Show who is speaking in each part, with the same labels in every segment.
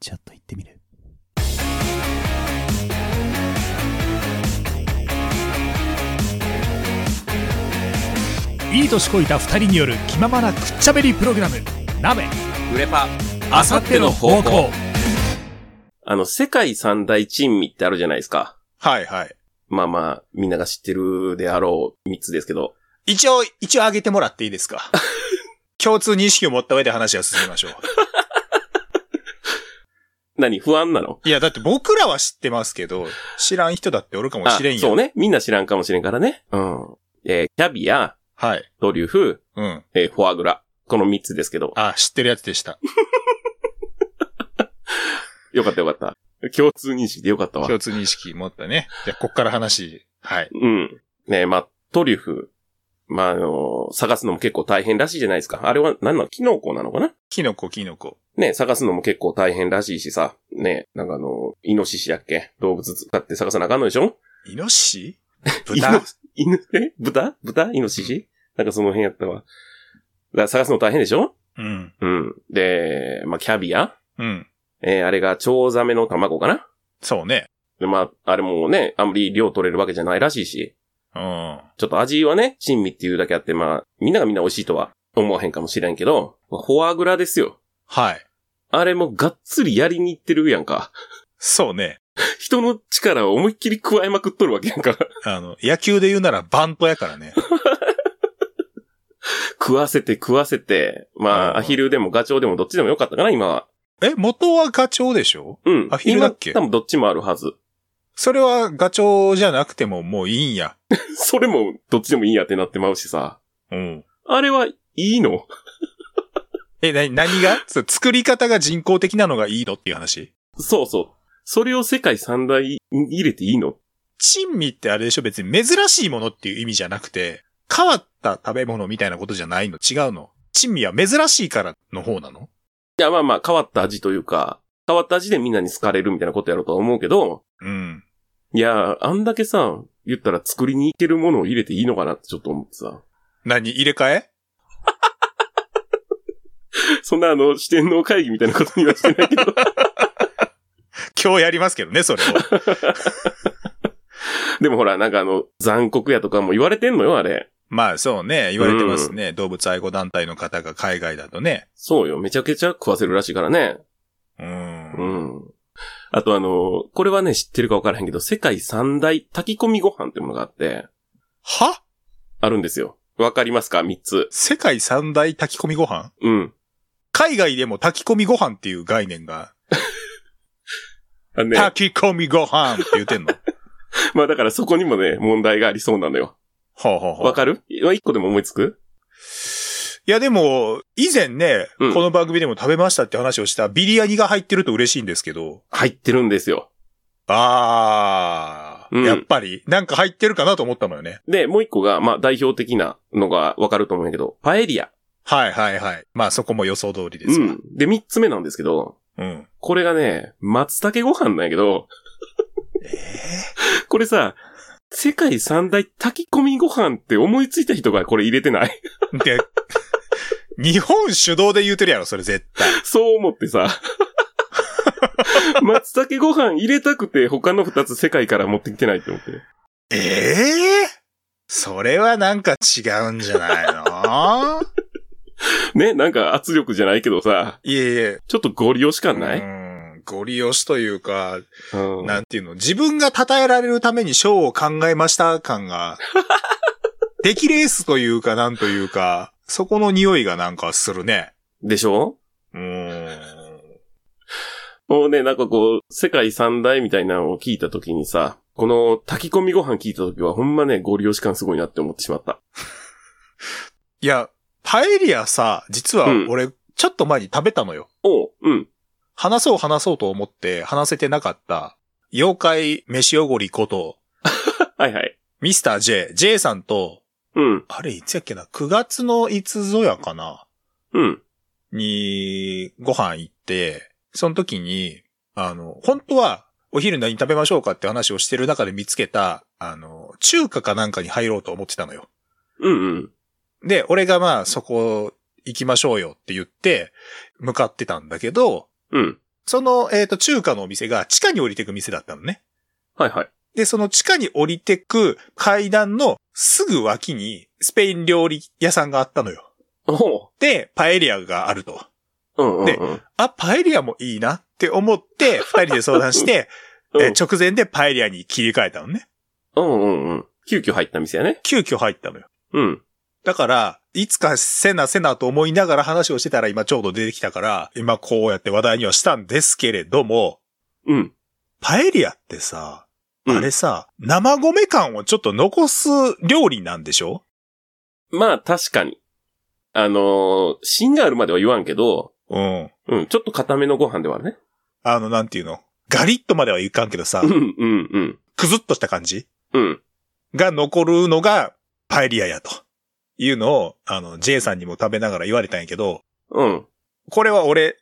Speaker 1: ちらっと行ってみる。いい年こいた二人による気ままなくっちゃべりプログラム、鍋、
Speaker 2: 売れパ、
Speaker 1: あさっての方向。
Speaker 2: あの、世界三大珍味ってあるじゃないですか。
Speaker 3: はいはい。
Speaker 2: まあまあ、みんなが知ってるであろう三つですけど。
Speaker 3: 一応、一応上げてもらってい いですか共通認識を持った上で話を進めましょう。
Speaker 2: 何不安なの
Speaker 3: いや、だって僕らは知ってますけど、知らん人だっておるかもしれん
Speaker 2: あ
Speaker 3: よ。
Speaker 2: そうね。みんな知らんかもしれんからね。うん。えーキャビア、
Speaker 3: はい。
Speaker 2: トリュフ、
Speaker 3: うん。
Speaker 2: えーフォアグラ。この三つですけど。
Speaker 3: あ、知ってるやつでした。
Speaker 2: よかったよかった。共通認識でよか ったわ。
Speaker 3: 共通認識持ったね。じゃあ、こっから話。はい。
Speaker 2: うん。ねまあ、トリュフ。まあ、あのー探すのも結構大変らしいじゃないですか。あれは何なのキノコなのかな
Speaker 3: キノコ、キノコ。
Speaker 2: ね、探すのも結構大変らしいしさ。ね、なんかあの、イノシシだっけ動物使って探さなあかんのでしょ
Speaker 3: イノ シシ
Speaker 2: イ
Speaker 3: 豚
Speaker 2: ノ犬、え豚豚イノシシなんかその辺やったわ。だから探すの大変でしょ
Speaker 3: うん。
Speaker 2: うん。で、まあ、キャビア
Speaker 3: うん。
Speaker 2: えーあれがチョウザメの卵かな
Speaker 3: そうね。
Speaker 2: で、まあ、あれもね、あんまり量取れるわけじゃないらしいし、
Speaker 3: うん。
Speaker 2: ちょっと味はね、珍味っていうだけあって、まあ、みんながみんな美味しいとは思わへんかもしれんけど、まあフォアグラですよ。
Speaker 3: はい。
Speaker 2: あれもがっつりやりに行ってるやんか。
Speaker 3: そうね。
Speaker 2: 人の力を思いっきり加えまくっとるわけやん か。
Speaker 3: あの、野球で言うならバントやか らね。
Speaker 2: 食わせて食わせて、ま
Speaker 3: うん
Speaker 2: あ、アヒルでもガチョウでもどっちでもよかったかな、今は。
Speaker 3: え、元はガチョウでしょ
Speaker 2: うん。
Speaker 3: アヒルだっけ
Speaker 2: 今多分どっちもあるはず。
Speaker 3: それはガチョウじゃなくてももういいんや。
Speaker 2: それもどっちでもいいやってなってまうしさ。
Speaker 3: うん。
Speaker 2: あれはいいの
Speaker 3: え、な、何がそう作り方が人工的なのがいいのっていう話
Speaker 2: そうそう。それを世界三大に入れていいの
Speaker 3: 珍味ってあれでしょ別に珍しいものっていう意味じゃなくて、変わった食べ物みたいなことじゃないの違うの珍味は珍しいからの方なの
Speaker 2: いや、まあまあ、変わった味というか、変わった味でみんなに好かれるみたいなことやろうとは思うけど、
Speaker 3: うん。
Speaker 2: いや、あんだけさ、言ったら作りに行けるものを入れていいのかなってちょっと思ってさ。
Speaker 3: 何入れ替え
Speaker 2: そんなあの、四天王会議みたいなことにはしてないけど。
Speaker 3: 今日やりますけどね、そ れを。
Speaker 2: でもほら、なんかあの、残酷やとかも言われてんのよ、あれ。
Speaker 3: まあそうね、言われてますね、動物愛護団体の方が海外だとね。
Speaker 2: そうよ、めちゃくちゃ食わせるらしいからね。
Speaker 3: うん。
Speaker 2: うん。あとあの、これはね、知ってるか分からへんけど、世界三大炊き込みご飯ってものがあって、
Speaker 3: は
Speaker 2: あるんですよ。わかりますか三つ。
Speaker 3: 世界三大炊き込みご飯
Speaker 2: うん。
Speaker 3: 海外でも炊き込みご飯っていう概念が、
Speaker 2: あのね、
Speaker 3: 炊き込みご飯って言ってんの。
Speaker 2: まあだからそこにもね、問題がありそうなのよ。
Speaker 3: ほうほうほう
Speaker 2: わかるまあ一個でも思いつく
Speaker 3: いやでも、以前ね、
Speaker 2: うん
Speaker 3: この番組でも食べましたって話をしたビリヤニが入ってると嬉しいんですけど、
Speaker 2: 入ってるんですよ。
Speaker 3: あー、
Speaker 2: うん
Speaker 3: やっぱり、なんか入ってるかなと思ったのよね。
Speaker 2: で、もう一個が、まあ代表的なのがわかると思うんやけど、パエリア。
Speaker 3: はいはいはい。まあそこも予想通りです
Speaker 2: う
Speaker 3: わ。
Speaker 2: ん。で、三つ目なんですけど、
Speaker 3: うん。
Speaker 2: これがね、松茸ご飯なんやけど、
Speaker 3: え
Speaker 2: これさ、世界三大炊き込みご飯って思いついた人がこれ入れてない
Speaker 3: ー、で、 日本主導で言うてるやろ、それ絶対。
Speaker 2: そう思って さ。松茸ご飯入れたくて他の二つ世界から持ってきてないって思って。
Speaker 3: ええー、それはなんか違うんじゃないの
Speaker 2: ね、なんか圧力じゃないけどさ、
Speaker 3: いえいえ。
Speaker 2: ちょっとご利用しかな
Speaker 3: う
Speaker 2: い、
Speaker 3: んご利用しというか、
Speaker 2: うん
Speaker 3: なんていうの、自分が称えられるために賞を考えました感が、 出来レースというか、なんというか、そこの匂いがなんかするね。
Speaker 2: でしょ
Speaker 3: うーん。
Speaker 2: もうね、なんかこう、世界三大みたいなのを聞いたときにさ、この炊き込みご飯聞いたときはほんまね、ご利用し感すごいなって思ってしまった。
Speaker 3: いや、パエリアさ、実は
Speaker 2: うん
Speaker 3: 俺、ちょっと前に食べたのよ。
Speaker 2: おう、うん。
Speaker 3: 話そう話そうと思って話せてなかった、妖怪飯おごりこと、
Speaker 2: はいはい。
Speaker 3: ミスター J、J さんと、
Speaker 2: うん、
Speaker 3: あれいつやっけな、9月のいつぞやかな。
Speaker 2: うん、
Speaker 3: に、ご飯行って、その時に、あの、本当は、お昼何食べましょうかって話をしてる中で見つけた、あの、中華かなんかに入ろうと思ってたのよ。
Speaker 2: うん、うん。
Speaker 3: で、俺がまあ、そこ行きましょうよって言って、向かってたんだけど、
Speaker 2: うん。
Speaker 3: その、えっ、と、中華のお店が地下に降りてく店だったのね。
Speaker 2: はいはい。
Speaker 3: で、その地下に降りてく階段のすぐ脇にスペイン料理屋さんがあったのよ。
Speaker 2: おう。
Speaker 3: で、パエリアがあると。
Speaker 2: うんうん、うん。
Speaker 3: であ、パエリアもいいなって 思って、二人で相談して、
Speaker 2: うん、
Speaker 3: えー直前でパエリアに切り替えたのね。
Speaker 2: うんうんうん。急遽入った店やね。
Speaker 3: 急遽入ったのよ。
Speaker 2: うん。
Speaker 3: だから、いつかせなせなと思いながら話をしてたら今ちょうど出てきたから、今こうやって話題にはしたんですけれども、
Speaker 2: うん。
Speaker 3: パエリアってさ、
Speaker 2: うん
Speaker 3: あれさ、生米感をちょっと残す料理なんでしょ
Speaker 2: まあ確かに。あのー芯があるまでは言わんけど、
Speaker 3: うん。
Speaker 2: うん、ちょっと固めのご飯ではあるね。
Speaker 3: あの、なんていうのガリッとまではいかんけどさ
Speaker 2: う、ん、うん、うん。
Speaker 3: くずっとした感じ
Speaker 2: うん。
Speaker 3: が残るのがパエリアやと。いうのを、あの、J さんにも食べながら言われたんやけど、
Speaker 2: うん。
Speaker 3: これは俺、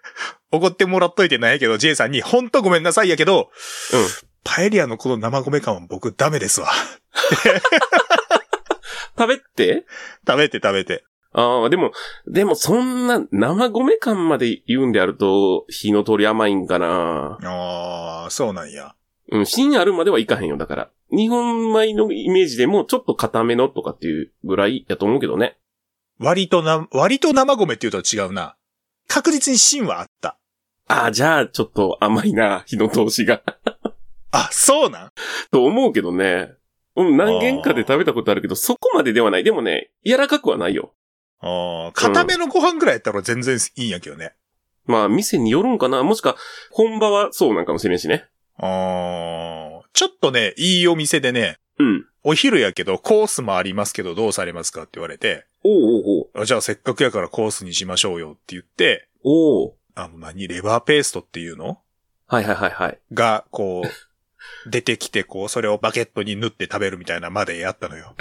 Speaker 3: 怒ってもらっといてないけど、J さんに、ほんとごめんなさいやけど、パエリアのこの生米感は僕ダメですわ。
Speaker 2: 食べて
Speaker 3: 食べて食べて。
Speaker 2: ああ、でも、でもそんな生米感まで言うんであると、火の通り甘いんかな。
Speaker 3: ああ、そうなんや。
Speaker 2: うん、芯あるまではいかへんよ、だから。日本米のイメージでも、ちょっと固めのとかっていうぐらいやと思うけどね。
Speaker 3: 割とな、割と生米って言うと違うな。確実に芯はあった。
Speaker 2: ああ、じゃあ、ちょっと甘いな、火の通しが。
Speaker 3: あ、そうなん
Speaker 2: と思うけどね。うん、何軒かで食べたことあるけど、そこまでではない。でもね、柔らかくはないよ。
Speaker 3: ああ、固めのご飯ぐらいやったら全然いいんやけどね。
Speaker 2: まあ、店によるんかな。もしか、本場はそうなんかもしれんしね。
Speaker 3: ああ、ちょっとね、いいお店でね、
Speaker 2: うん。
Speaker 3: お昼やけどコースもありますけどどうされますかって言われて、
Speaker 2: おうおう
Speaker 3: あじゃあせっかくやからコースにしましょうよって言って、
Speaker 2: おう。おう。
Speaker 3: あの何、レバーペーストっていうの
Speaker 2: はいはいはいはい。
Speaker 3: が、こう、出てきて、こう、それをバケットに塗って食べるみたいなまでやったのよ。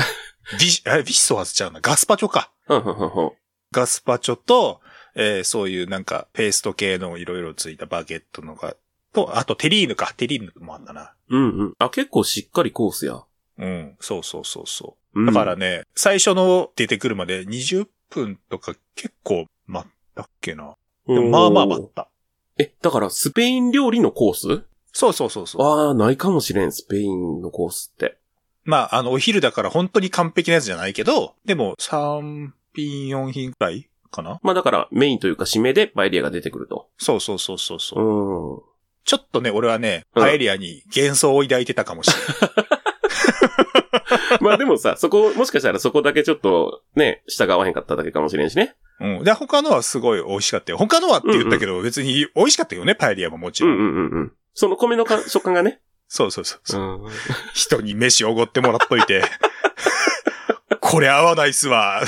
Speaker 3: ビシ、あれビシソワーズちゃうな。ガスパチョか。
Speaker 2: うん、うん、うん、うん。
Speaker 3: ガスパチョと、えーそういうなんか、ペースト系のいろいろついたバケットのが、と、あとテリーヌか。テリーヌもあったな。
Speaker 2: うん、うん。あ、結構しっかりコースや。
Speaker 3: うん、そうそうそうそう。
Speaker 2: うん
Speaker 3: だからね、最初の出てくるまで20分とか結構待ったっけな。でもまあまあ待っ
Speaker 2: おー
Speaker 3: た。
Speaker 2: え、だから、スペイン料理のコース
Speaker 3: そうそうそうそう。
Speaker 2: ああ、ないかもしれん、スペインのコースって。
Speaker 3: まあ、あの、お昼だから本当に完璧なやつじゃないけど、でも3品4品くらいかな
Speaker 2: まあだから、メインというか締めでパエリアが出てくると。
Speaker 3: そうそうそうそうそうう。
Speaker 2: ん。
Speaker 3: ちょっとね、俺はね、
Speaker 2: うん
Speaker 3: パエリアに幻想を抱いてたかもしれない。
Speaker 2: まあでもさ、そこ、もしかしたらそこだけちょっと、ね、下が合わへんかっただけかもしれんしね。
Speaker 3: うん。で、他のはすごい美味しかったよ。他のはって言ったけど、別に美味しかったよね、パエリアももち
Speaker 2: うん
Speaker 3: ろん。
Speaker 2: うんうんうん。その米の か食感がね。
Speaker 3: そうそうそうそう。
Speaker 2: ん。
Speaker 3: 人に飯おごってもらっといて、これ合わないっすわ。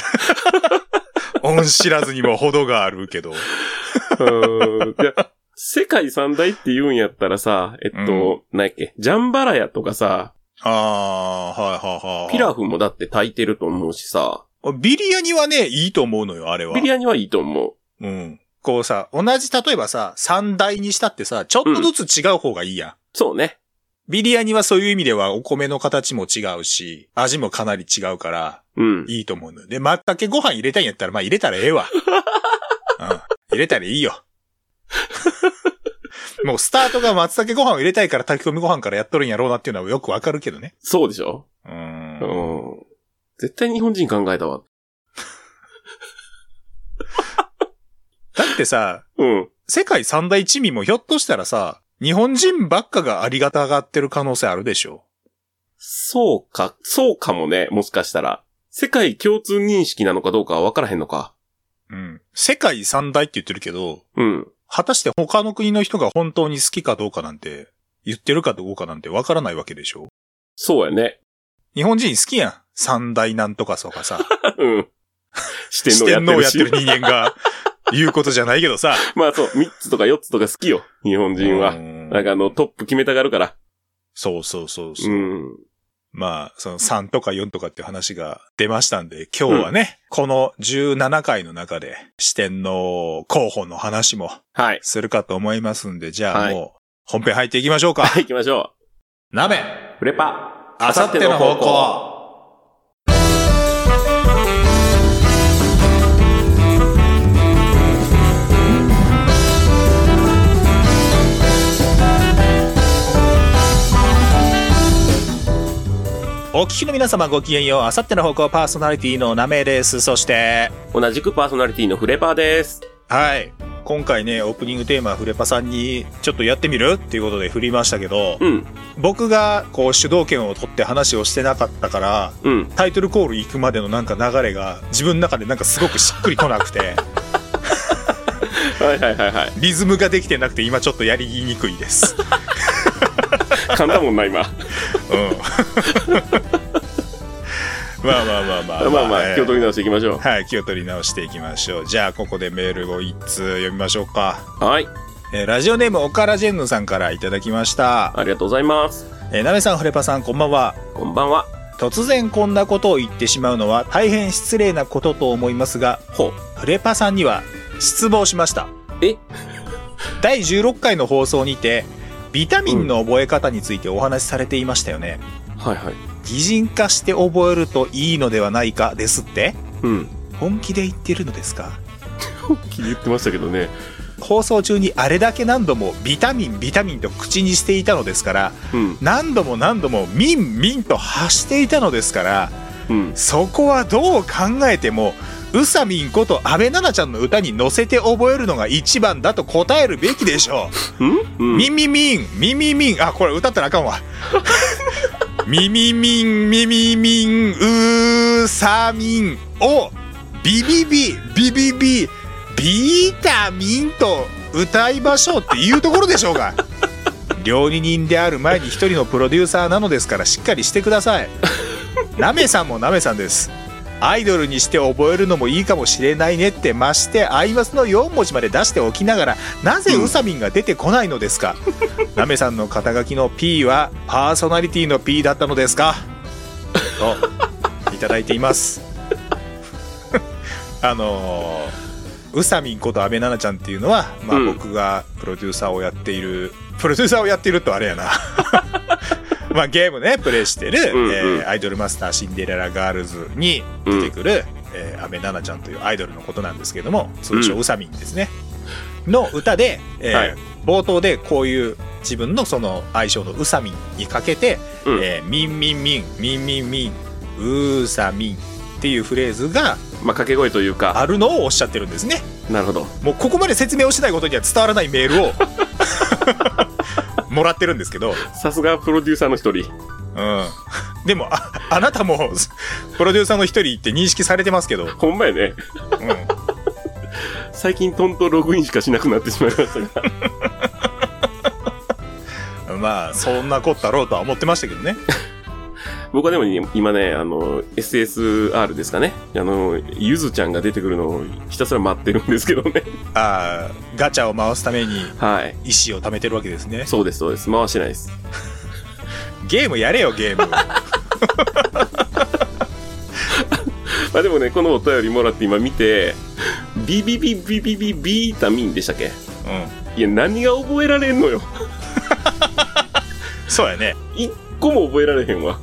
Speaker 3: 恩知らずにも程があるけど。
Speaker 2: いや世界三大って言うんやったらさ、えっと、なんやっけ、ジャンバラヤとかさ、
Speaker 3: ああ、はいはいはい。
Speaker 2: ピラフもだって炊いてると思うしさ、
Speaker 3: ビリヤニはね、いいと思うのよ、あれは。
Speaker 2: ビリヤニはいいと思う。
Speaker 3: うん。こうさ、同じ、例えばさ、三大にしたってさ、ちょっとずつ違う方がいいやん。
Speaker 2: そうね。
Speaker 3: ビリヤニはそういう意味ではお米の形も違うし、味もかなり違うから、
Speaker 2: うん。
Speaker 3: いいと思うのよ。で、まったけご飯入れたいんやったら、まあ入れたらええわ。うん。入れたらいいよ。 もうスタートが松茸ご飯を入れたいから炊き込みご飯からやっとるんやろうなっていうのはよくわかるけどね。
Speaker 2: そうでしょ
Speaker 3: う。
Speaker 2: うんん。絶対日本人考えたわ。
Speaker 3: だってさ、
Speaker 2: うん。
Speaker 3: 世界三大地味もひょっとしたらさ、日本人ばっかがありがたがってる可能性あるでしょ。
Speaker 2: そうか、そうかもね、もしかしたら。世界共通認識なのかどうかは分からへんのか。
Speaker 3: うん。世界三大って言ってるけど、
Speaker 2: うん。
Speaker 3: 果たして他の国の人が本当に好きかどうかなんて、言ってるかどうかなんてわからないわけでしょ。
Speaker 2: そうやね。
Speaker 3: 日本人好きやん。三大なんとかとかさ、
Speaker 2: うん。四
Speaker 3: 四
Speaker 2: 天
Speaker 3: 天
Speaker 2: 王や
Speaker 3: 王や
Speaker 2: っ
Speaker 3: ってて
Speaker 2: る
Speaker 3: る
Speaker 2: し。
Speaker 3: 人間が言うことじゃないけどさ。
Speaker 2: まあそう、三つとか四つとか好きよ。日本人は。
Speaker 3: うん
Speaker 2: なんかあの、トップ決めたがるから。
Speaker 3: そうそうそうそうう。
Speaker 2: ん。
Speaker 3: まあ、その3とか4とかっていう話が出ましたんで、今日はね、この17回の中で四天王候補の話も
Speaker 2: はい。
Speaker 3: するかと思いますんで、じゃ
Speaker 2: は
Speaker 3: あ
Speaker 2: い
Speaker 3: もう本編入っていきましょうか。
Speaker 2: はい、行きましょ
Speaker 3: 鍋
Speaker 2: う。フレパ。
Speaker 3: あさっての方向。お聞きの皆様ごきげんよう。あさっての方向パーソナリティのナメです。そして、
Speaker 2: 同じくパーソナリティのフレパーです。
Speaker 3: はい。今回ね、オープニングテーマ、フレパさんに、ちょっとやってみるっていうことで振りましたけど、
Speaker 2: うん、
Speaker 3: 僕が、こう、主導権を取って話をしてなかったから、
Speaker 2: うん。
Speaker 3: タイトルコール行くまでのなんか流れが、自分の中でなんかすごくしっくりこな くて、
Speaker 2: はいはいはいはい。
Speaker 3: リズムができてなくて、今ちょっとやりにくいです。
Speaker 2: 簡単もんな、 今。
Speaker 3: うん。まあまあまあまあ。
Speaker 2: まあまあ、気を取り直していきましょ
Speaker 3: はい、気を取り直していきましょう。じゃあ、ここでメールを一通読みましょうか。
Speaker 2: う。はい。
Speaker 3: えーラジオネーム、オカラジェンヌさんからいただきました。
Speaker 2: ありがとうございます。
Speaker 3: えー、なべさん、フレパさん、こんばんは。
Speaker 2: こんばんは。
Speaker 3: 突然こんなことを言ってしまうのは大変失礼なことと思いますが、
Speaker 2: ほう。
Speaker 3: フレパさんには失望しました。
Speaker 2: え
Speaker 3: 第16回の放送にて、ビタミンの覚え方についてお話しされていましたよね。
Speaker 2: はいはい。
Speaker 3: 擬人化して覚えるといいのではないかですって
Speaker 2: うん。
Speaker 3: 本気で言ってるのですか
Speaker 2: 気に入ってましたけどね。
Speaker 3: 放送中にあれだけ何度もビタミンビタミンと口にしていたのですから
Speaker 2: うん。
Speaker 3: 何度も何度もミンミンと発していたのですから
Speaker 2: うん。
Speaker 3: そこはどう考えても宇佐美んこと安倍奈々ちゃんの歌に乗せて覚えるのが一番だと答えるべきでしょ
Speaker 2: うん
Speaker 3: う、
Speaker 2: うん。
Speaker 3: ミンミンミンミンミンミンあこれ歌ったらあかんわミミミンミミミンうさみんをビビビビビビビタミンと歌いましょうっていうところでしょうが料理人である前に一人のプロデューサーなのですからしっかりしてくださいなめさんもなめさんですアイドルにして覚えるのもいいかもしれないねってましてアイマスの4文字まで出しておきながらなぜウサミンが出てこないのですか、 なめさんの肩書きの P はパーソナリティの P だったのですか といただいています あのー、ウサミンこと安倍奈々ちゃんっていうのは、まあ、
Speaker 2: うん
Speaker 3: 僕がプロデューサーをやっている、 プロデューサーをやっているとあれやな まあゲームねプレイしてる、
Speaker 2: うんうん
Speaker 3: えーアイドルマスターシンデレラガールズに出てくる、えー、安倍奈々ちゃんというアイドルのことなんですけども通称
Speaker 2: うん
Speaker 3: ウサミンですね、の歌で、えー
Speaker 2: はい
Speaker 3: 冒頭でこういう自分のその愛称のウサミンにかけて「
Speaker 2: うん
Speaker 3: えーミンミンミンミンミンミンウーサミン」っていうフレーズが
Speaker 2: まあ、掛け声というか。
Speaker 3: あるのをおっしゃってるんですね
Speaker 2: なるほど。
Speaker 3: もうここまで説明をしないことには伝わらないメールをもらってるんですけど
Speaker 2: さすがプロデューサーの一人。
Speaker 3: うん、でもああなたもプロデューサーの一人って認識されてますけど、うん、
Speaker 2: ほんまやね。最近トントログインしかしなくなってしまいま したが。
Speaker 3: まあそんなこったろうとは思ってましたけどね
Speaker 2: 僕はでもね今ね、あの、SSR ですかね。あの、ゆずちゃんが出てくるのをひたすら待ってるんですけど ね。
Speaker 3: ああガチャを回すために
Speaker 2: はい。
Speaker 3: 石を貯めてるわけですね
Speaker 2: そうです、そうです。回してないです。
Speaker 3: ゲームやれよゲーム
Speaker 2: まあでもね、このお便りもらって今見て、ビビビビビビビータミンでしたっけ
Speaker 3: う
Speaker 2: いや、何が覚えられんのよ。
Speaker 3: んそうやね
Speaker 2: 一個も覚えられへんわ。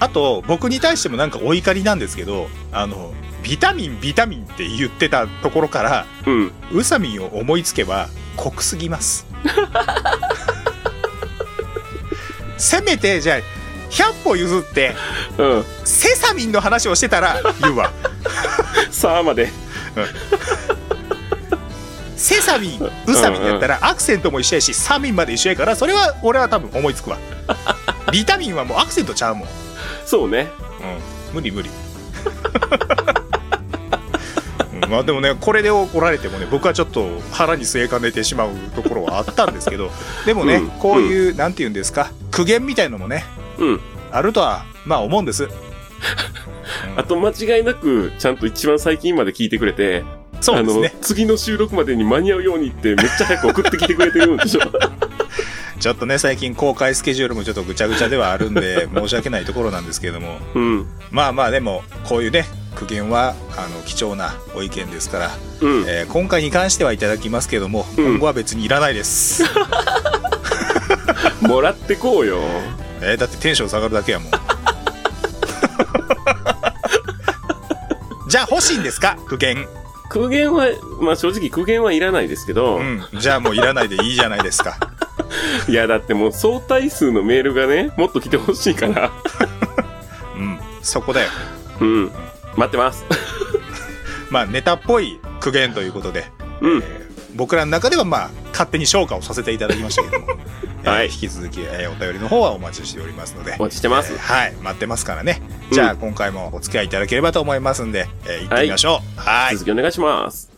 Speaker 3: あと僕に対してもなんかお怒りなんですけどあのビタミンビタミンって言ってたところから
Speaker 2: うん。
Speaker 3: ウサミンを思いつけば濃くすぎますせめてじゃあ100歩譲って
Speaker 2: うん。
Speaker 3: セサミンの話をしてたら言うわ
Speaker 2: さあまで。
Speaker 3: セサミンウサミンやったらアクセントも一緒やしサミンまで一緒やからそれは俺は多分思いつくわビタミンはもうアクセントちゃうもん、うん、
Speaker 2: そうね。
Speaker 3: 無理無理うんまあでもねこれで怒られてもね僕はちょっと腹に据えかねてしまうところはあったんですけどでもね、
Speaker 2: うん
Speaker 3: こういう、なんて言うんですか苦言みたいのもね
Speaker 2: うん。
Speaker 3: あるとはまあ思うんです、うん
Speaker 2: あと間違いなく、ちゃんと一番最近まで聞いてくれて、
Speaker 3: そうですね
Speaker 2: あの、次の収録までに間に合うようにってめっちゃ早く送ってきてくれてるん でしょ。
Speaker 3: ちょっとね、最近公開スケジュールもちょっとぐちゃぐちゃではある んで、申し訳ないところなんですけれども、
Speaker 2: うん。
Speaker 3: まあまあでも、こういうね、苦言は、あの、貴重なご意見ですから、
Speaker 2: うん。
Speaker 3: えー今回に関してはいただきますけども、
Speaker 2: うん
Speaker 3: 今後は別にいらな いです。
Speaker 2: もらってこうよ。
Speaker 3: えーだってテンション下がるだけやもん。 じゃあ欲しいんですか苦言。
Speaker 2: 苦言は、まあ正直苦言はいらないですけど、
Speaker 3: うん。じゃあもういらないでいいじゃないですか。
Speaker 2: いや、だってもう相対数のメールがね、もっと来てほしいから。
Speaker 3: うん。そこだよ。
Speaker 2: うん。待ってます。
Speaker 3: まあ、ネタっぽい苦言ということで、
Speaker 2: うん
Speaker 3: え。ー僕らの中ではまあ、勝手に消化をさせていただきましたけ ども、
Speaker 2: はい
Speaker 3: えー引き続き、えーお便りの方はお待ちしておりますので
Speaker 2: お、待ちしてます
Speaker 3: えー。はい、待ってますからね。
Speaker 2: うん
Speaker 3: じゃあ、今回もお付き合いいただければと思いますんで、えー行ってみましょう。はい。
Speaker 2: 続きお願いします。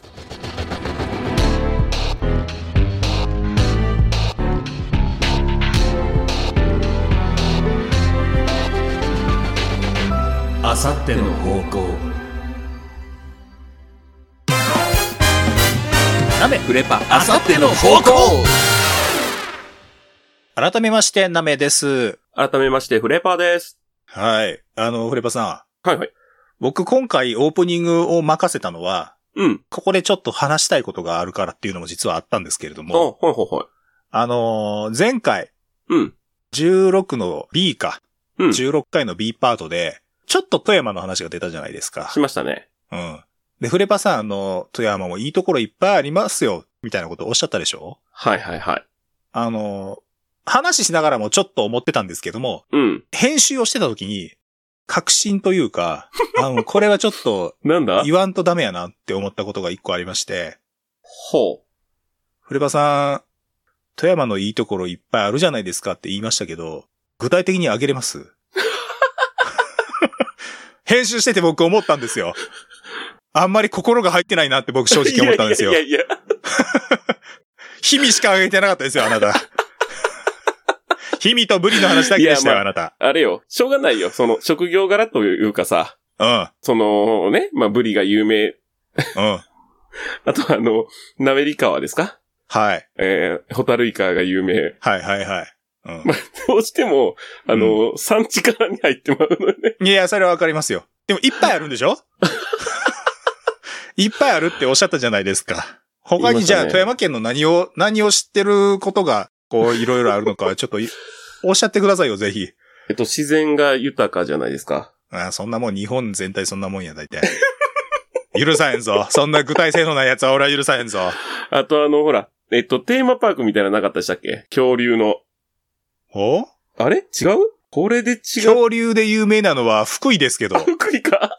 Speaker 1: あさっての方向鍋フレパあさっての方向
Speaker 3: 改めまして、ナメです。
Speaker 2: 改めまして、フレーパーです。
Speaker 3: はい。あの、フレパさん。
Speaker 2: はいはい。
Speaker 3: 僕今回オープニングを任せたのは、
Speaker 2: うん。
Speaker 3: ここでちょっと話したいことがあるからっていうのも実はあったんですけれど
Speaker 2: あ、はい
Speaker 3: も、
Speaker 2: はいはい。
Speaker 3: あのー前回、
Speaker 2: うん。
Speaker 3: 16の B か、
Speaker 2: うん。し
Speaker 3: 16回の B パートで、ちょっと富山の話が出たじゃないですか。
Speaker 2: ましたね。
Speaker 3: うん。で、フレパさん、あの、富山もいいところいっぱいありますよ、みたいなことをおっしゃったでしょ
Speaker 2: はいはいはい。
Speaker 3: あの、話しながらもちょっと思ってたんですけども、
Speaker 2: うん。
Speaker 3: 編集をしてた時に、確信というか、あの、これはちょっと
Speaker 2: なんだ
Speaker 3: 言わんとダメやなって思ったことが一個ありまして、
Speaker 2: ほ
Speaker 3: フレバさん、富山のいいところいっぱいあるじゃないですかって言いましたけど、具体的にあげれます 編集してて僕思ったんですよ。あんまり心が入ってないなって僕正
Speaker 2: う。
Speaker 3: 直思ったんですよ
Speaker 2: い。やいやいやいや。
Speaker 3: 日々しかあげてなかったですよ、あなた。 日々とブリの話だけでした
Speaker 2: い
Speaker 3: よ、あ
Speaker 2: や
Speaker 3: なた。
Speaker 2: あれよ。しょうがないよ。その、職業柄というかさ、そのね、まあ、ブリが有名。
Speaker 3: うん、うん。
Speaker 2: あとあの、ナメリカワですか
Speaker 3: はい、
Speaker 2: えー、ホタルイカが有名。
Speaker 3: はい、はい、はい。うん
Speaker 2: どうしても、あの、産地からに入ってまうのね。
Speaker 3: いや、それはわかりますよ。でも、いっぱいあるんで しょいっぱいあるっておっしゃったじゃないですか。他にじゃあ、
Speaker 2: 言いましたね
Speaker 3: 富山県の何を、何を知ってることが、こう、いろいろあるのか、ちょっとい、おっしゃってくださいよ、ぜひ。
Speaker 2: えっと、自然が豊かじゃないですか。
Speaker 3: あそんなもん、日本全体そんなもんや、大体。許さへんぞ。そんな具体性のないやつは俺は許さへんぞ。
Speaker 2: あとあの、ほら、えっと、テーマパークみたいなのなかったでしたっけ恐竜の。
Speaker 3: お
Speaker 2: あれ違うこれで違う。
Speaker 3: 恐竜で有名なのは福井ですけ ど。
Speaker 2: クリか。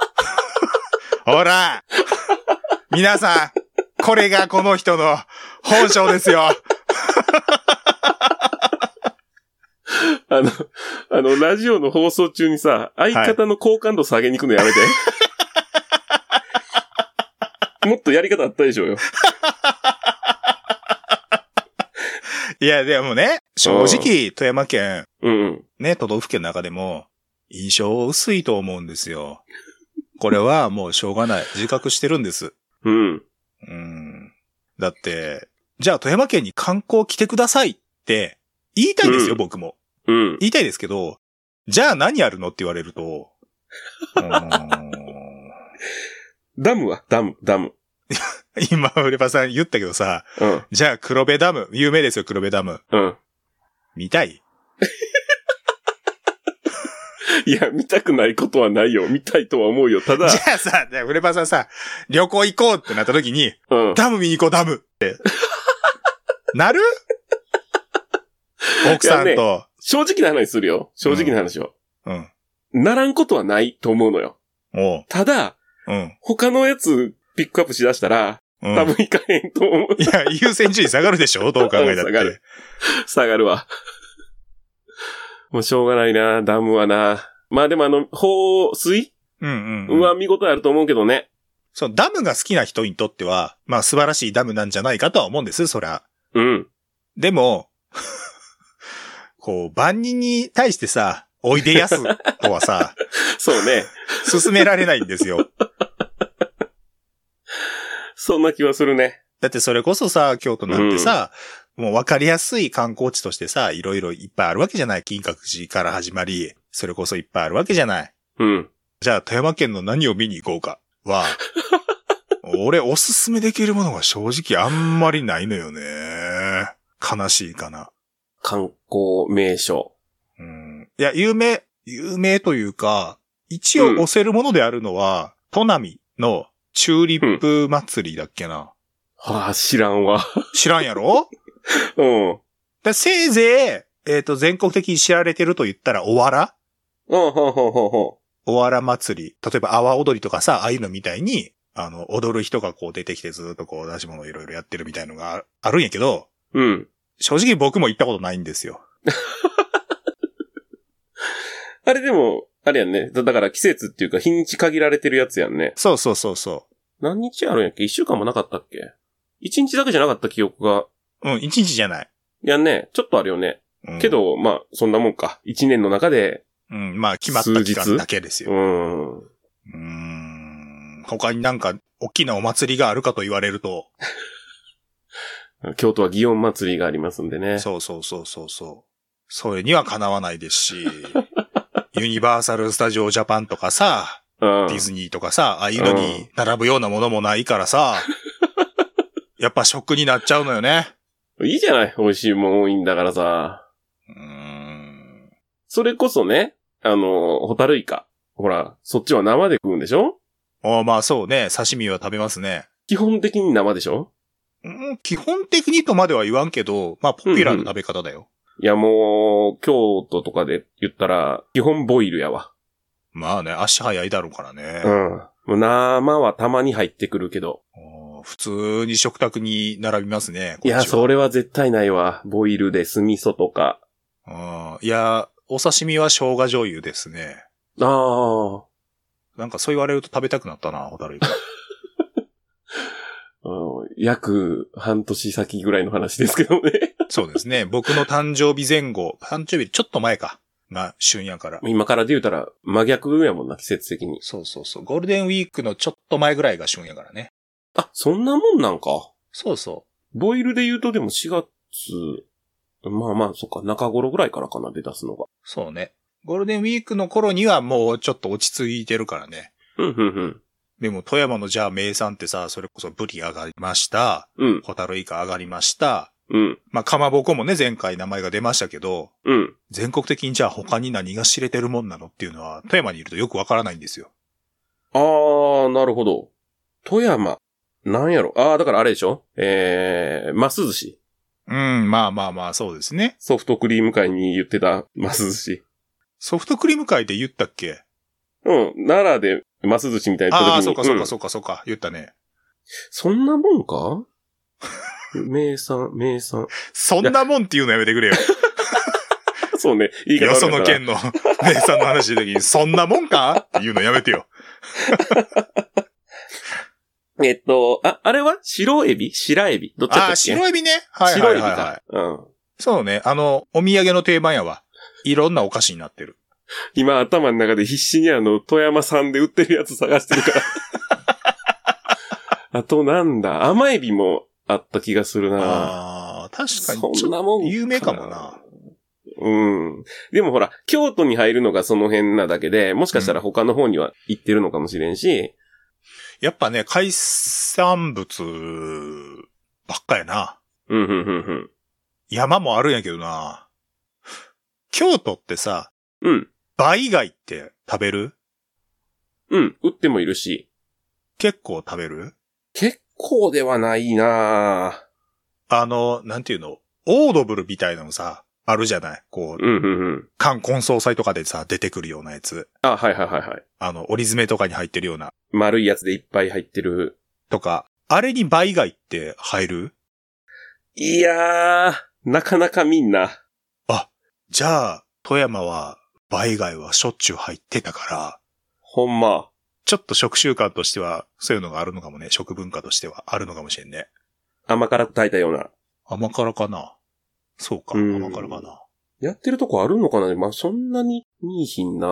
Speaker 3: ほら皆さん、これがこの人の本性ですよ。
Speaker 2: あの、あの、ラジオの放送中にさ、相方の好感度下げに行くのやめて。もっとやり方あったでしょうよ。
Speaker 3: いや、でもね、正直、富山県、
Speaker 2: うんうん。
Speaker 3: ね、都道府県の中でも、印象薄いと思うんですよ。これはもうしょうがない。自覚してるんです。
Speaker 2: うん。
Speaker 3: うん。だって、じゃあ富山県に観光来てくださいって言いたいですよ、
Speaker 2: うん
Speaker 3: 僕も。
Speaker 2: うん。
Speaker 3: 言いたいですけど、じゃあ何やるのって言われると、 うーん
Speaker 2: ダムはダム、ダム。
Speaker 3: 今、ウレパさん言ったけどさ、
Speaker 2: うん。
Speaker 3: じゃあ黒部ダム、有名ですよ、黒部ダム。
Speaker 2: うん。
Speaker 3: 見たい
Speaker 2: いや、見たくないことはないよ。見たいとは思うよ。ただ
Speaker 3: じ、ゃあさ、じゃあウレパさんさ、旅行行こうってなった時に、
Speaker 2: うん。
Speaker 3: ダム見に行こう、ダ ムって。なる奥さん
Speaker 2: い
Speaker 3: と、
Speaker 2: 正直な話するよ。正直な話を。
Speaker 3: うん。
Speaker 2: ならんことはないと思うのよ。
Speaker 3: おう、
Speaker 2: ただ、
Speaker 3: うん。
Speaker 2: 他のやつピックアップしだしたら、
Speaker 3: うん、
Speaker 2: 多分いかへんと思う。
Speaker 3: いや、優先順位下がるでし ょどう考えたっ
Speaker 2: 下が
Speaker 3: て
Speaker 2: る。下がるわ。もうしょうがないな、ダムはな。まあでもあの、放水
Speaker 3: うんうん、うん。
Speaker 2: は見事あると思うけどね。
Speaker 3: そう、ダムが好きな人にとっては、まあ素晴らしいダムなんじゃないかとは思うんです、そりゃ。
Speaker 2: うん。
Speaker 3: でも、こう、万人に対してさ、おいで やすとはさ、
Speaker 2: そう ね。
Speaker 3: 勧められないんですよ。
Speaker 2: そんな気はするね。
Speaker 3: だってそれこそさ、京都なんてさ、もう分かりやすい観光地としてさ、いろいろいっぱいあるわけじゃない。金閣寺から始まり、それこそいっぱいあるわけじゃない。
Speaker 2: うん。
Speaker 3: じゃあ富山県の何を見に行こうか は、俺おすすめできるものが正直あんまりないのよね。悲しいかな。
Speaker 2: 観光名所。
Speaker 3: うん。いや、有名、有名というか、一応押せるものであるのは、都波のチューリップ祭りだっけな。
Speaker 2: はあ、知らんわ。
Speaker 3: 知らんやろ
Speaker 2: うん。
Speaker 3: だせいぜい、えっ、と、全国的に知られてると言ったら、おわら
Speaker 2: ほうほうほうほうほ
Speaker 3: おわら祭り。例えば、阿波踊りとかさ、ああいうのみたいに、あの、踊る人がこう出てきてずっとこう出し物いろいろやってるみたいのがああるんやけど、
Speaker 2: う。うん。
Speaker 3: 正直僕も行ったことないんですよ。
Speaker 2: あれでも、あれやんね。だだから季節っていうか日にち限られてるやつやんね。
Speaker 3: そうそうそうそ
Speaker 2: 何日あるんやっけ一週間もなかったっけ一日だけじゃなかった記憶が。
Speaker 3: う。うん、一日じゃない。
Speaker 2: やんね。ちょっとあるよね。
Speaker 3: うん
Speaker 2: け、ど、まあ、そんなもんか。一年の中で、
Speaker 3: うん、まあ、決まった期間だけです
Speaker 2: う
Speaker 3: よ。
Speaker 2: ん。は
Speaker 3: うーん、他になんか、大きなお祭りがあるかと言われると、
Speaker 2: 京都は祇園祭りがありますんでね。
Speaker 3: そうそうそうそうそう。それにはかなわないです し、ユニバーサル・スタジオ・ジャパンとかさ、
Speaker 2: うん
Speaker 3: ディズニーとかさ、ああいうのに並ぶようなものもないか らさ、やっぱ食になっちゃうのよね。
Speaker 2: いいじゃない。美味しいもん多いんだからさ。
Speaker 3: うーん。
Speaker 2: それこそね、あの、ホタルイカ。ほら、そっちは生で食うんでしょ
Speaker 3: あまあそうね、刺身は食べますね。
Speaker 2: 基本的に生でしょ
Speaker 3: うん基本的にとまでは言わんけど、まあポピュラーな食べ方だよ。
Speaker 2: いやもう、京都とかで言ったら、基本ボイルやわ。
Speaker 3: まあね、足早いだろうから
Speaker 2: う
Speaker 3: ね
Speaker 2: ん。。もう生はたまに入ってくるけど。
Speaker 3: うん普通に食卓に並びますね。
Speaker 2: いや、そ
Speaker 3: れ。
Speaker 2: れは絶対ないわ。ボイルで酢味噌とか。
Speaker 3: うんいや、お刺身は生姜醤油ですね。
Speaker 2: ああ。
Speaker 3: なんかそう言われると食べたくなったな、ホタ ルイカ。
Speaker 2: うん約半年先ぐらいの話ですけどね。
Speaker 3: そうですね。僕の誕生日前後、誕生日ちょっと前か。が、旬やから。
Speaker 2: 今からで言うたら真逆やもんな、季節的に。
Speaker 3: そうそうそう。ゴールデンウィークのちょっと前ぐらいが旬やからね。
Speaker 2: あ、そんなもんなんか。
Speaker 3: そうそ
Speaker 2: ボイルで言うとでも4月、まあまあ、そっか、中頃ぐらいからかな、で出すのが。
Speaker 3: う。そうね。ゴールデンウィークの頃にはもうちょっと落ち着いてるからね。
Speaker 2: うん、うん、
Speaker 3: でも富山のじゃあ名産ってさ、それこそブリ上がりました。
Speaker 2: うん。うん、
Speaker 3: ホタルイカ上がりました。
Speaker 2: うん、
Speaker 3: まあ、かまぼこもね、前回名前が出ましたけど、
Speaker 2: うん。
Speaker 3: 全国的にじゃあ他に何が知れてるもんなのっていうのは、富山にいるとよくわからないんですよ。
Speaker 2: あー、なるほど。富山。なんやろ。あー、だからあれでしょえー、ます寿司。
Speaker 3: うん、まあまあまあ、そうですね。
Speaker 2: ソフトクリーム会に言ってた、ます寿司。
Speaker 3: ソフトクリーム会で言ったっけ
Speaker 2: うん、奈良で、ます寿司みたいな
Speaker 3: ああ、そうかそうか
Speaker 2: そ
Speaker 3: そうかそうか、言ったね。
Speaker 2: そんなもんか 名産、名産。
Speaker 3: そんなもんっていうのやめてくれよ。
Speaker 2: そうね。言い方
Speaker 3: よ
Speaker 2: 悪
Speaker 3: そ
Speaker 2: か
Speaker 3: の
Speaker 2: ったな
Speaker 3: 県の名産の話の時に、そんなもんかっていうのやめてよ。
Speaker 2: えっと、あ、あれは白エビ白エビどっちだったっ
Speaker 3: あ
Speaker 2: け
Speaker 3: あ、白エビね。はいはいは
Speaker 2: 白
Speaker 3: い、
Speaker 2: エビ
Speaker 3: は
Speaker 2: か。うん。
Speaker 3: い。そうね。あの、お土産の定番やわ。いろんなお菓子になってる。
Speaker 2: 今頭の中で必死にあの、富山さんで売ってるやつ探してる から。あとなんだ、甘エビもあった気がするな。
Speaker 3: ああ、確かに。
Speaker 2: そんなもん。
Speaker 3: 有名かもな。。
Speaker 2: うん。でもほら、京都に入るのがその辺なだけで、もしかしたら他の方には行ってるのかもしれんし、
Speaker 3: やっぱね、海産物ばっかやな。
Speaker 2: うん、うん、うん、
Speaker 3: 山もあるんやけどな。京都ってさ、
Speaker 2: うん。うん、
Speaker 3: バイ貝って食べる
Speaker 2: うん、売ってもいるし。
Speaker 3: 結構食べる
Speaker 2: 結構ではないな
Speaker 3: あの、なんていうのオードブルみたいなのさ、あるじゃないこう、
Speaker 2: うん、うん、うん。
Speaker 3: 冠婚葬祭とかでさ、出てくるようなやつ。
Speaker 2: あ、はいはいはいはい。
Speaker 3: あの、折り詰めとかに入ってるような。
Speaker 2: 丸いやつでいっぱい入ってる。
Speaker 3: とか、あれにバイ貝って入る
Speaker 2: いやー、なかなかみんな。
Speaker 3: じゃあ、富山は、バイ貝はしょっちゅう入ってたから、
Speaker 2: ほんま。
Speaker 3: ちょっと食習慣としては、そういうのがあるのかもね。食文化としてはあるのかもしれんね。
Speaker 2: 甘辛く炊いたような。
Speaker 3: 甘辛かなそうか、
Speaker 2: うん
Speaker 3: 甘辛かな。
Speaker 2: やってるとこあるのかなまあ、そんなに、いいひんな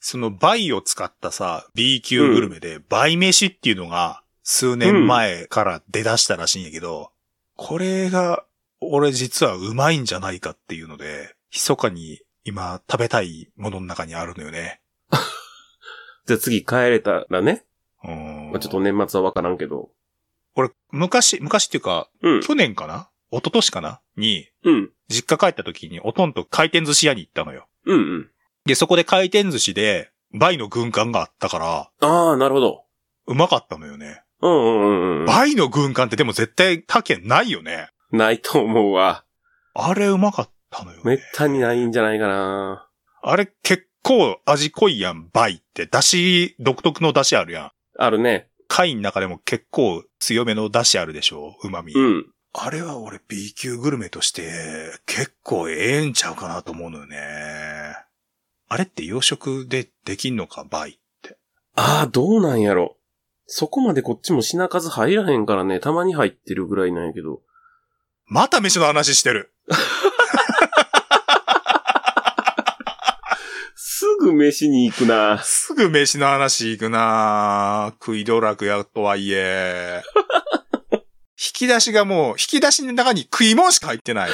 Speaker 3: そのバイを使ったさ、B 級グルメで、バイ飯っていうのが、数年前から出だしたらしいんやけど、これが、俺実はうまいんじゃないかっていうので、密かに今食べたいものの中にあるのよね。
Speaker 2: じゃあ次帰れたらね。
Speaker 3: うーん
Speaker 2: まあ、ちょっと年末はわからんけど。
Speaker 3: 俺、昔、昔っていうか、
Speaker 2: うん。
Speaker 3: 去年かな一昨年かなに、
Speaker 2: うん。
Speaker 3: 実家帰った時におとんと回転寿司屋に行ったのよ。
Speaker 2: うんうん。
Speaker 3: で、そこで回転寿司で、バイの軍艦があったから、
Speaker 2: ああ、なるほど。
Speaker 3: うまかったのよね。
Speaker 2: うんうんうんうん。
Speaker 3: バイの軍艦ってでも絶対他県ないよね。
Speaker 2: ないと思うわ。
Speaker 3: あれうまかったのよ、
Speaker 2: めっ
Speaker 3: ね。
Speaker 2: たにないんじゃないかな。
Speaker 3: あれ結構味濃いやん、バイって。だし、独特のだしあるやん。
Speaker 2: あるね。
Speaker 3: 貝の中でも結構強めのだしあるでしょ旨味。
Speaker 2: うん。
Speaker 3: あれは俺 B 級グルメとして結構ええんちゃうかなと思うのよね。あれって養殖でできんのか、バイ。
Speaker 2: ああ、どうなんやろ。そこまでこっちも品数入らへんからね、たまに入ってるぐらいなんやけど。
Speaker 3: また飯の話してる。
Speaker 2: すぐ飯に行くな。
Speaker 3: すぐ飯の話行くなぁ食い道楽やとはいえ。 引き出しがもう、引き出しの中に食い物しか入ってない。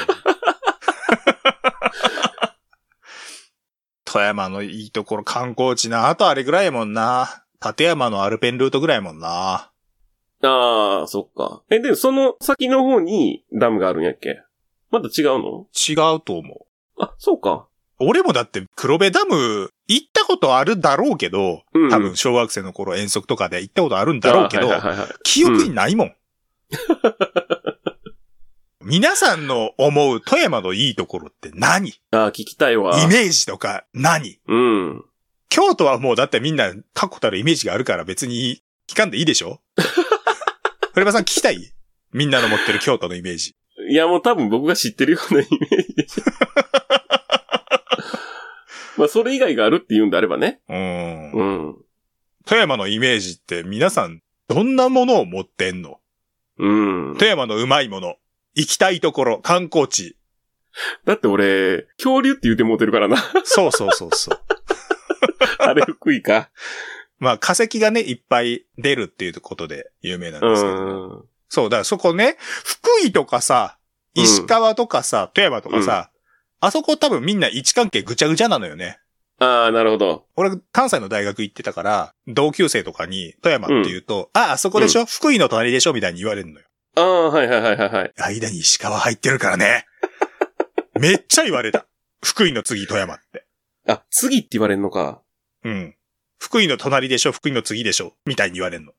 Speaker 3: 富山のいいところ観光地な。あとあれぐらいやもんな。立山のアルペンルートぐらいやもんな。
Speaker 2: ああ、そっか。え、で、その先の方にダムがあるんやっけまた違うの
Speaker 3: 違うと思う。
Speaker 2: あ、そうか。
Speaker 3: 俺もだって黒部ダム行ったことあるだろうけど、
Speaker 2: うん
Speaker 3: 多分小学生の頃遠足とかで行ったことあるんだろうけど、
Speaker 2: あーはいはいはいはい
Speaker 3: 記憶にないもん。皆さんの思う富山のいいところって何イ
Speaker 2: あー聞きたいわ。
Speaker 3: メージとか何
Speaker 2: うん。
Speaker 3: 京都はもうだってみんな確固たるイメージがあるから別に聞かんでいいで しょフレバさん聞きたいみんなの持ってる京都のイメージ。
Speaker 2: いや、もう多分僕が知ってるようなイメージ でしょまあ、それ以外があるって言うんであればね。
Speaker 3: うーん
Speaker 2: うん。
Speaker 3: 富山のイメージって皆さんどんなものを持ってんの
Speaker 2: うん。
Speaker 3: 富山のうまいもの、行きたいところ、観 光地。
Speaker 2: だって俺、恐竜って言うてもうてるからな。
Speaker 3: そうそうそうそう。
Speaker 2: あれ、福井か。
Speaker 3: まあ化石がね、いっぱい出るっていうことで有名なん
Speaker 2: う
Speaker 3: ですけど。
Speaker 2: ん。
Speaker 3: そう、だからそこね、福井とかさ、石川とかさ、富山とかさ、あそこ多分みんな位置関係ぐちゃぐちゃなのよね。
Speaker 2: ああ、なるほど。
Speaker 3: 俺、関西の大学行ってたから、同級生とかに富山って言うと、あ、あそこでしょ、福井の隣でしょみたいに言われるのよ。
Speaker 2: ああ、はいはいはいはいはい。
Speaker 3: 間に石川入ってるから ね。めっちゃ言われた。福井の次富山って。
Speaker 2: あ、次って言われんのか。
Speaker 3: うん。福井の隣でしょ、福井の次でしょ、みたいに言われんの。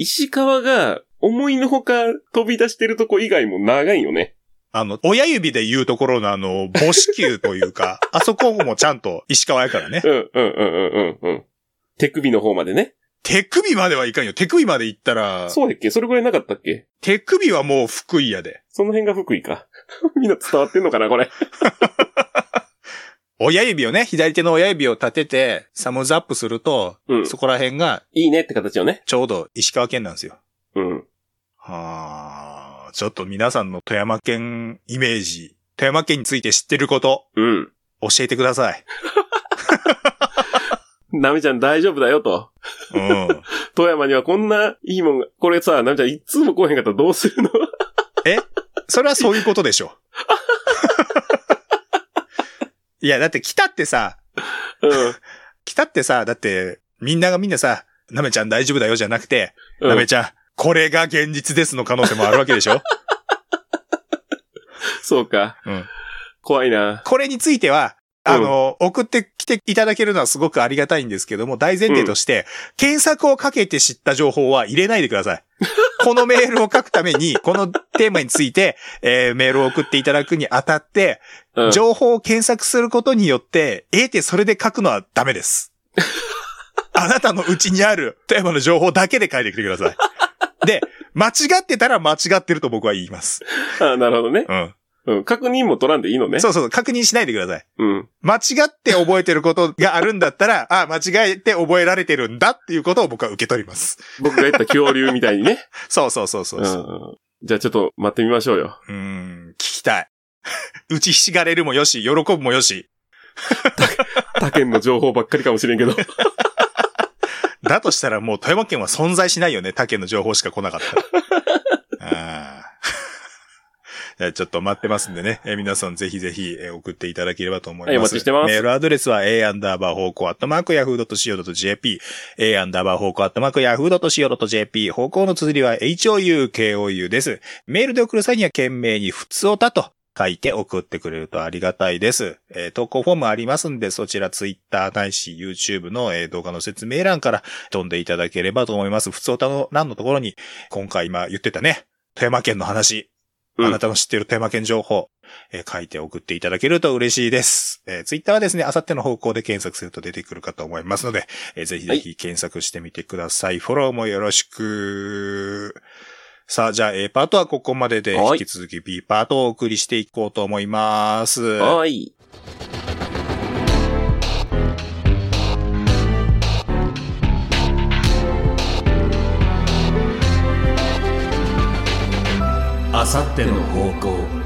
Speaker 2: 石川が、思いのほか飛び出してるとこ以外も長いよね。
Speaker 3: あの、親指で言うところのあの、母子球という か、あそこもちゃんと石川やからね
Speaker 2: う。ん、うん、うん、うん、うん、うん。手首の方までね。
Speaker 3: 手首まではいかんよ。手首まで行ったら、
Speaker 2: そうやっけそれぐらいなかったっけ
Speaker 3: 手首はもう福井やで。
Speaker 2: その辺が福井か。 みんな伝わってんのかなこれ。
Speaker 3: 親指をね、左手の親指を立てて、サムズアップすると、
Speaker 2: うん
Speaker 3: そこら辺が
Speaker 2: いいねって形をね。
Speaker 3: ちょうど石川県なんですよ。
Speaker 2: うん。
Speaker 3: はあ、ちょっと皆さんの富山県イメージ、富山県について知ってること、
Speaker 2: うん。
Speaker 3: 教えてください。
Speaker 2: なみちゃん大丈夫だよと。
Speaker 3: うん。
Speaker 2: 富山にはこんないいもんが、これさ、なみちゃんいつも来へんかったらどうするの
Speaker 3: それはそういうことでしょ。 いや、だって北ってさ、
Speaker 2: う
Speaker 3: 北ってさ、だってみんながみんなさ、なめちゃん大丈夫だよじゃなくて、
Speaker 2: ん。
Speaker 3: な
Speaker 2: う
Speaker 3: め
Speaker 2: ん、
Speaker 3: ちゃん、これが現実ですの可能性もあるわけで しょ
Speaker 2: そうか。
Speaker 3: うん
Speaker 2: 怖いな。
Speaker 3: これについては、あの、送ってきていただけるのはすごくありがたいんですけども、大前提として、検索をかけて知った情報は入れないでくださ い。このメールを書くために、このテーマについて、えーメールを送っていただくにあたって、
Speaker 2: うん、
Speaker 3: 情報を検索することによって、得てそれで書くのはダ メです。あなたのうちにある富山の情報だけで書いてきてください。で、間違ってたら間違ってると僕は言います。
Speaker 2: あなるほどね。
Speaker 3: うん。
Speaker 2: うん。確認も取らんでいいのね。
Speaker 3: そうそう、確認しないでください。
Speaker 2: うん。
Speaker 3: 間違って覚えてることがあるんだったら、 あ、間違えて覚えられてるんだっていうことを僕は受け取ります。
Speaker 2: 僕が言った恐竜みたいにね。
Speaker 3: そうそうそうそううんそう。
Speaker 2: じゃあちょっと待ってみましょうよ。
Speaker 3: うーん、聞きたい。 打ちひしがれるもよし、喜ぶもよし。
Speaker 2: 他県の情報ばっかりかもしれ んけど。
Speaker 3: だとしたらもう富山県は存在しないよね。他県の情報しか来なかった ら。あー じゃあちょっと待ってますんでね。えー皆さんぜひぜひえー送っていただければと思います。
Speaker 2: はいお待ちしてます
Speaker 3: メールアドレスは a アンダーバー方向アットマークヤフー .co.jp a アンダーバー方向アットマークヤフー .co.jp 方向の綴りは houkou です。メールで送る際には懸命に普通おたと書いて送ってくれるとありがたいです。えー投稿フォームありますんで、そちら Twitter ないし YouTube の、えー動画の説明欄から飛んでいただければと思います。普通おたの欄のところに、今回今言ってたね、富山県の話、
Speaker 2: うん
Speaker 3: あなたの知っているテーマ券情報、えー書いて送っていただけると嬉しいです。えー、ツイッターはですね、あさっての方向で検索すると出てくるかと思いますので、えーぜひぜひ検索してみてください。フォローもよろしく。さあ、じゃあ A パートはここまでで、
Speaker 2: は
Speaker 3: 引
Speaker 2: い
Speaker 3: き続き B パートをお送りしていこうと思います。
Speaker 2: はい。
Speaker 4: あさっての方向